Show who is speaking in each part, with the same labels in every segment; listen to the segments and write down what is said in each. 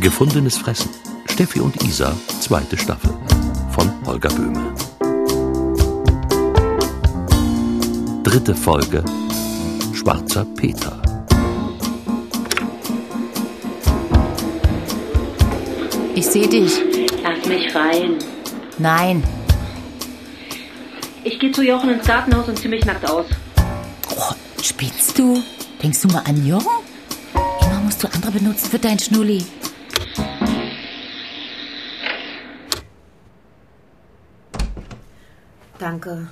Speaker 1: Gefundenes Fressen. Steffi und Isa, zweite Staffel. Von Holger Böhme. Dritte Folge. Schwarzer Peter.
Speaker 2: Ich sehe dich.
Speaker 3: Lass mich rein.
Speaker 2: Nein.
Speaker 3: Ich gehe zu Jochen ins Gartenhaus und zieh mich nackt aus.
Speaker 2: Oh, spinnst du? Denkst du mal an Jochen? Immer musst du andere benutzen für dein Schnulli.
Speaker 4: Danke.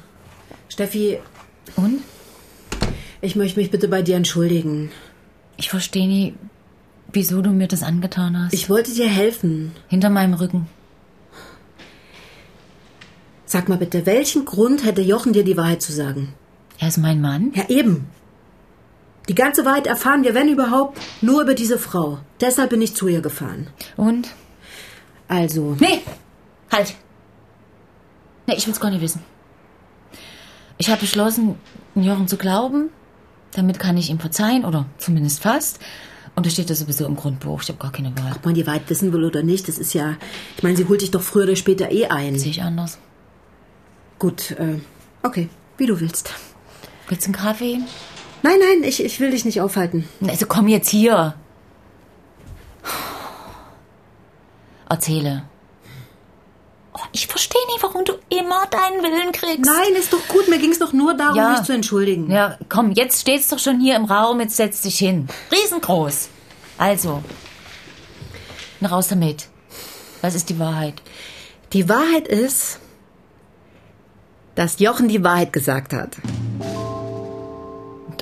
Speaker 4: Steffi,
Speaker 2: Und?
Speaker 4: ich möchte mich bitte bei dir entschuldigen.
Speaker 2: Ich verstehe nie, wieso du mir das angetan hast.
Speaker 4: Ich wollte dir helfen.
Speaker 2: Hinter meinem Rücken.
Speaker 4: Sag mal bitte, welchen Grund hätte Jochen dir die Wahrheit zu sagen?
Speaker 2: Er ist mein Mann.
Speaker 4: Ja, eben. Die ganze Wahrheit erfahren wir, wenn überhaupt, nur über diese Frau. Deshalb bin ich zu ihr gefahren.
Speaker 2: Und?
Speaker 4: Also,
Speaker 2: Nee! Halt! Nee, ich will's gar nicht wissen. Ich habe beschlossen, Jochen zu glauben. Damit kann ich ihm verzeihen, oder zumindest fast. Und da steht das sowieso im Grundbuch. Ich habe gar keine Wahl.
Speaker 4: ob man die Wahrheit wissen will oder nicht, das ist ja... Ich meine, sie holt dich doch früher oder später eh ein.
Speaker 2: Sehe ich anders.
Speaker 4: Gut, äh, okay, wie du willst.
Speaker 2: Willst du einen Kaffee?
Speaker 4: Nein, nein, ich, ich will dich nicht aufhalten.
Speaker 2: Also komm jetzt hier. Erzähle. Oh, ich verstehe nicht, warum du immer deinen Willen kriegst.
Speaker 4: Nein, ist doch gut, mir ging es doch nur darum,
Speaker 2: Ja.
Speaker 4: mich zu entschuldigen.
Speaker 2: Ja, komm, jetzt steht's doch schon hier im Raum, jetzt setz dich hin. Riesengroß. Also, na raus damit. Was ist die Wahrheit?
Speaker 4: Die Wahrheit ist, dass Jochen die Wahrheit gesagt hat.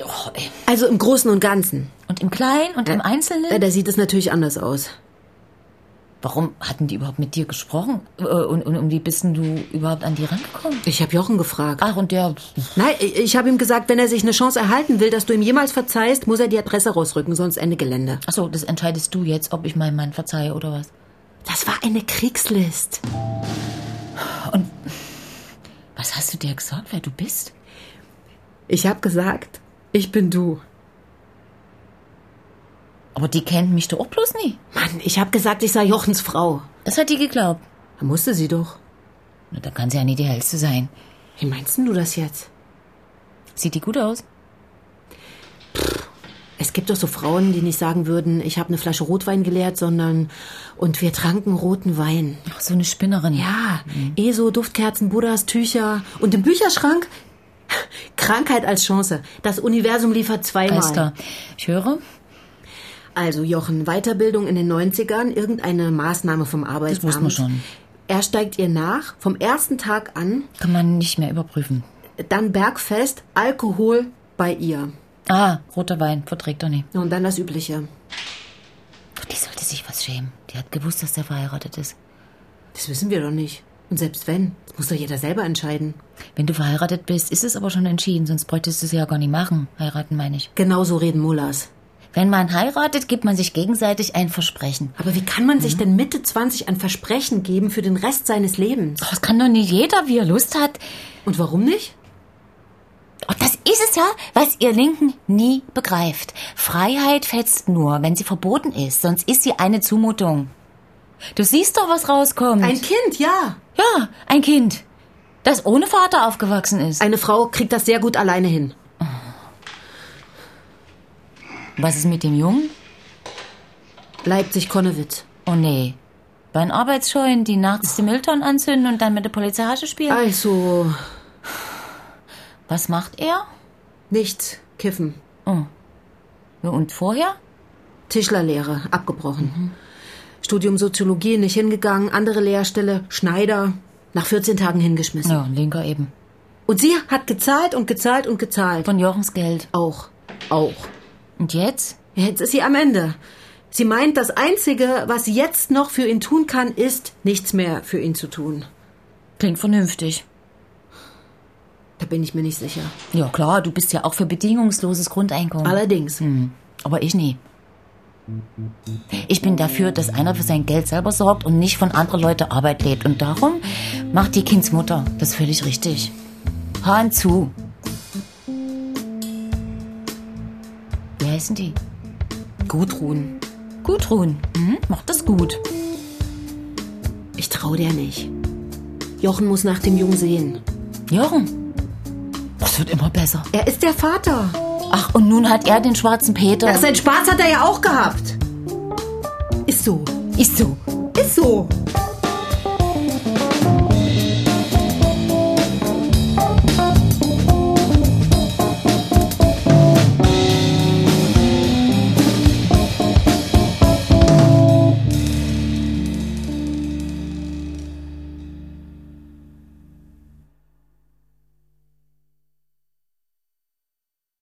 Speaker 2: Oh, ey.
Speaker 4: Also im Großen und Ganzen.
Speaker 2: Und im Kleinen und im
Speaker 4: Äh,
Speaker 2: Einzelnen?
Speaker 4: Ja, da sieht es natürlich anders aus.
Speaker 2: Warum hatten die überhaupt mit dir gesprochen? Äh, Und, und um wie bist denn du überhaupt an die rangekommen?
Speaker 4: Ich habe Jochen gefragt.
Speaker 2: Ach, und der...
Speaker 4: Nein, ich- ich habe ihm gesagt, wenn er sich eine Chance erhalten will, dass du ihm jemals verzeihst, muss er die Adresse rausrücken, sonst Ende Gelände.
Speaker 2: Ach so, das entscheidest du jetzt, ob ich meinem Mann verzeihe oder was?
Speaker 4: Das war eine Kriegslist.
Speaker 2: Was hast du dir gesagt, wer du bist?
Speaker 4: Ich habe gesagt, ich bin du.
Speaker 2: Aber die kennt mich doch auch bloß nie.
Speaker 4: Mann, ich habe gesagt, ich sei Jochens Frau.
Speaker 2: Das hat die geglaubt.
Speaker 4: Da musste sie doch.
Speaker 2: Na, da kann sie ja nie die hellste sein.
Speaker 4: Wie meinst denn du das jetzt?
Speaker 2: Sieht die gut aus?
Speaker 4: Es gibt doch so Frauen, die nicht sagen würden, ich habe eine Flasche Rotwein geleert, sondern und wir tranken roten Wein.
Speaker 2: Ach, so eine Spinnerin.
Speaker 4: Ja,
Speaker 2: Mhm.
Speaker 4: ESO, Duftkerzen, Buddhas, Tücher und im Bücherschrank Krankheit als Chance. Das Universum liefert zweimal.
Speaker 2: Alles klar. Ich höre,
Speaker 4: Also Jochen, Weiterbildung in den 90ern, irgendeine Maßnahme vom Arbeitsamt.
Speaker 2: Das wussten wir schon.
Speaker 4: Er steigt ihr nach, vom ersten Tag an,
Speaker 2: kann man nicht mehr überprüfen.
Speaker 4: dann Bergfest, Alkohol bei ihr.
Speaker 2: Ah, roter Wein, verträgt er nie.
Speaker 4: Und dann das Übliche.
Speaker 2: Doch, die sollte sich was schämen. Die hat gewusst, dass der verheiratet ist.
Speaker 4: Das wissen wir doch nicht. Und selbst wenn, das muss doch jeder selber entscheiden.
Speaker 2: Wenn du verheiratet bist, ist es aber schon entschieden, sonst bräuchtest du es ja gar nicht machen. Heiraten meine ich.
Speaker 4: Genauso reden Mullers.
Speaker 2: Wenn man heiratet, gibt man sich gegenseitig ein Versprechen.
Speaker 4: Aber wie kann man sich denn Mitte 20 ein Versprechen geben für den Rest seines Lebens?
Speaker 2: Doch, das kann doch nicht jeder, wie er Lust hat.
Speaker 4: Und warum nicht?
Speaker 2: Und das ist es ja, was ihr Linken nie begreift. Freiheit fetzt nur, wenn sie verboten ist, sonst ist sie eine Zumutung. Du siehst doch, was rauskommt.
Speaker 4: Ein Kind, ja.
Speaker 2: ja, ein Kind, das ohne Vater aufgewachsen ist.
Speaker 4: Eine Frau kriegt das sehr gut alleine hin.
Speaker 2: Was ist mit dem Jungen?
Speaker 4: Leipzig-Konnewitz.
Speaker 2: Oh nee. Bei den Arbeitsscheuen, die nachts die Mülltonnen anzünden und dann mit der Polizei Hasche spielen.
Speaker 4: Also,
Speaker 2: Was macht er?
Speaker 4: nichts. Kiffen.
Speaker 2: Ja, Und vorher?
Speaker 4: Tischlerlehre, abgebrochen. Studium Soziologie, nicht hingegangen. Andere Lehrstelle, Schneider, nach 14 Tagen hingeschmissen.
Speaker 2: Ja, ein Linker eben.
Speaker 4: Und sie hat gezahlt und gezahlt und gezahlt.
Speaker 2: Von Jochens Geld.
Speaker 4: Auch. Auch.
Speaker 2: Und jetzt?
Speaker 4: Ja, Jetzt ist sie am Ende. Sie meint, das Einzige, was sie jetzt noch für ihn tun kann, ist, nichts mehr für ihn zu tun.
Speaker 2: Klingt vernünftig.
Speaker 4: Da bin ich mir nicht sicher.
Speaker 2: Ja klar, du bist ja auch für bedingungsloses Grundeinkommen.
Speaker 4: Allerdings.
Speaker 2: Aber ich nie. Ich bin dafür, dass einer für sein Geld selber sorgt und nicht von anderen Leuten Arbeit lebt. Und darum macht die Kindsmutter das völlig richtig. Hahn zu. Wie heißen die?
Speaker 4: Gudrun.
Speaker 2: Gudrun, mhm. macht das gut.
Speaker 4: Ich trau der nicht. Jochen muss nach dem Jungen sehen.
Speaker 2: Jochen, das wird immer besser.
Speaker 4: Er ist der Vater.
Speaker 2: Ach, und nun hat er den schwarzen Peter.
Speaker 4: Ach, sein Spaß hat er ja auch gehabt. Ist so.
Speaker 2: ist so.
Speaker 4: Ist so.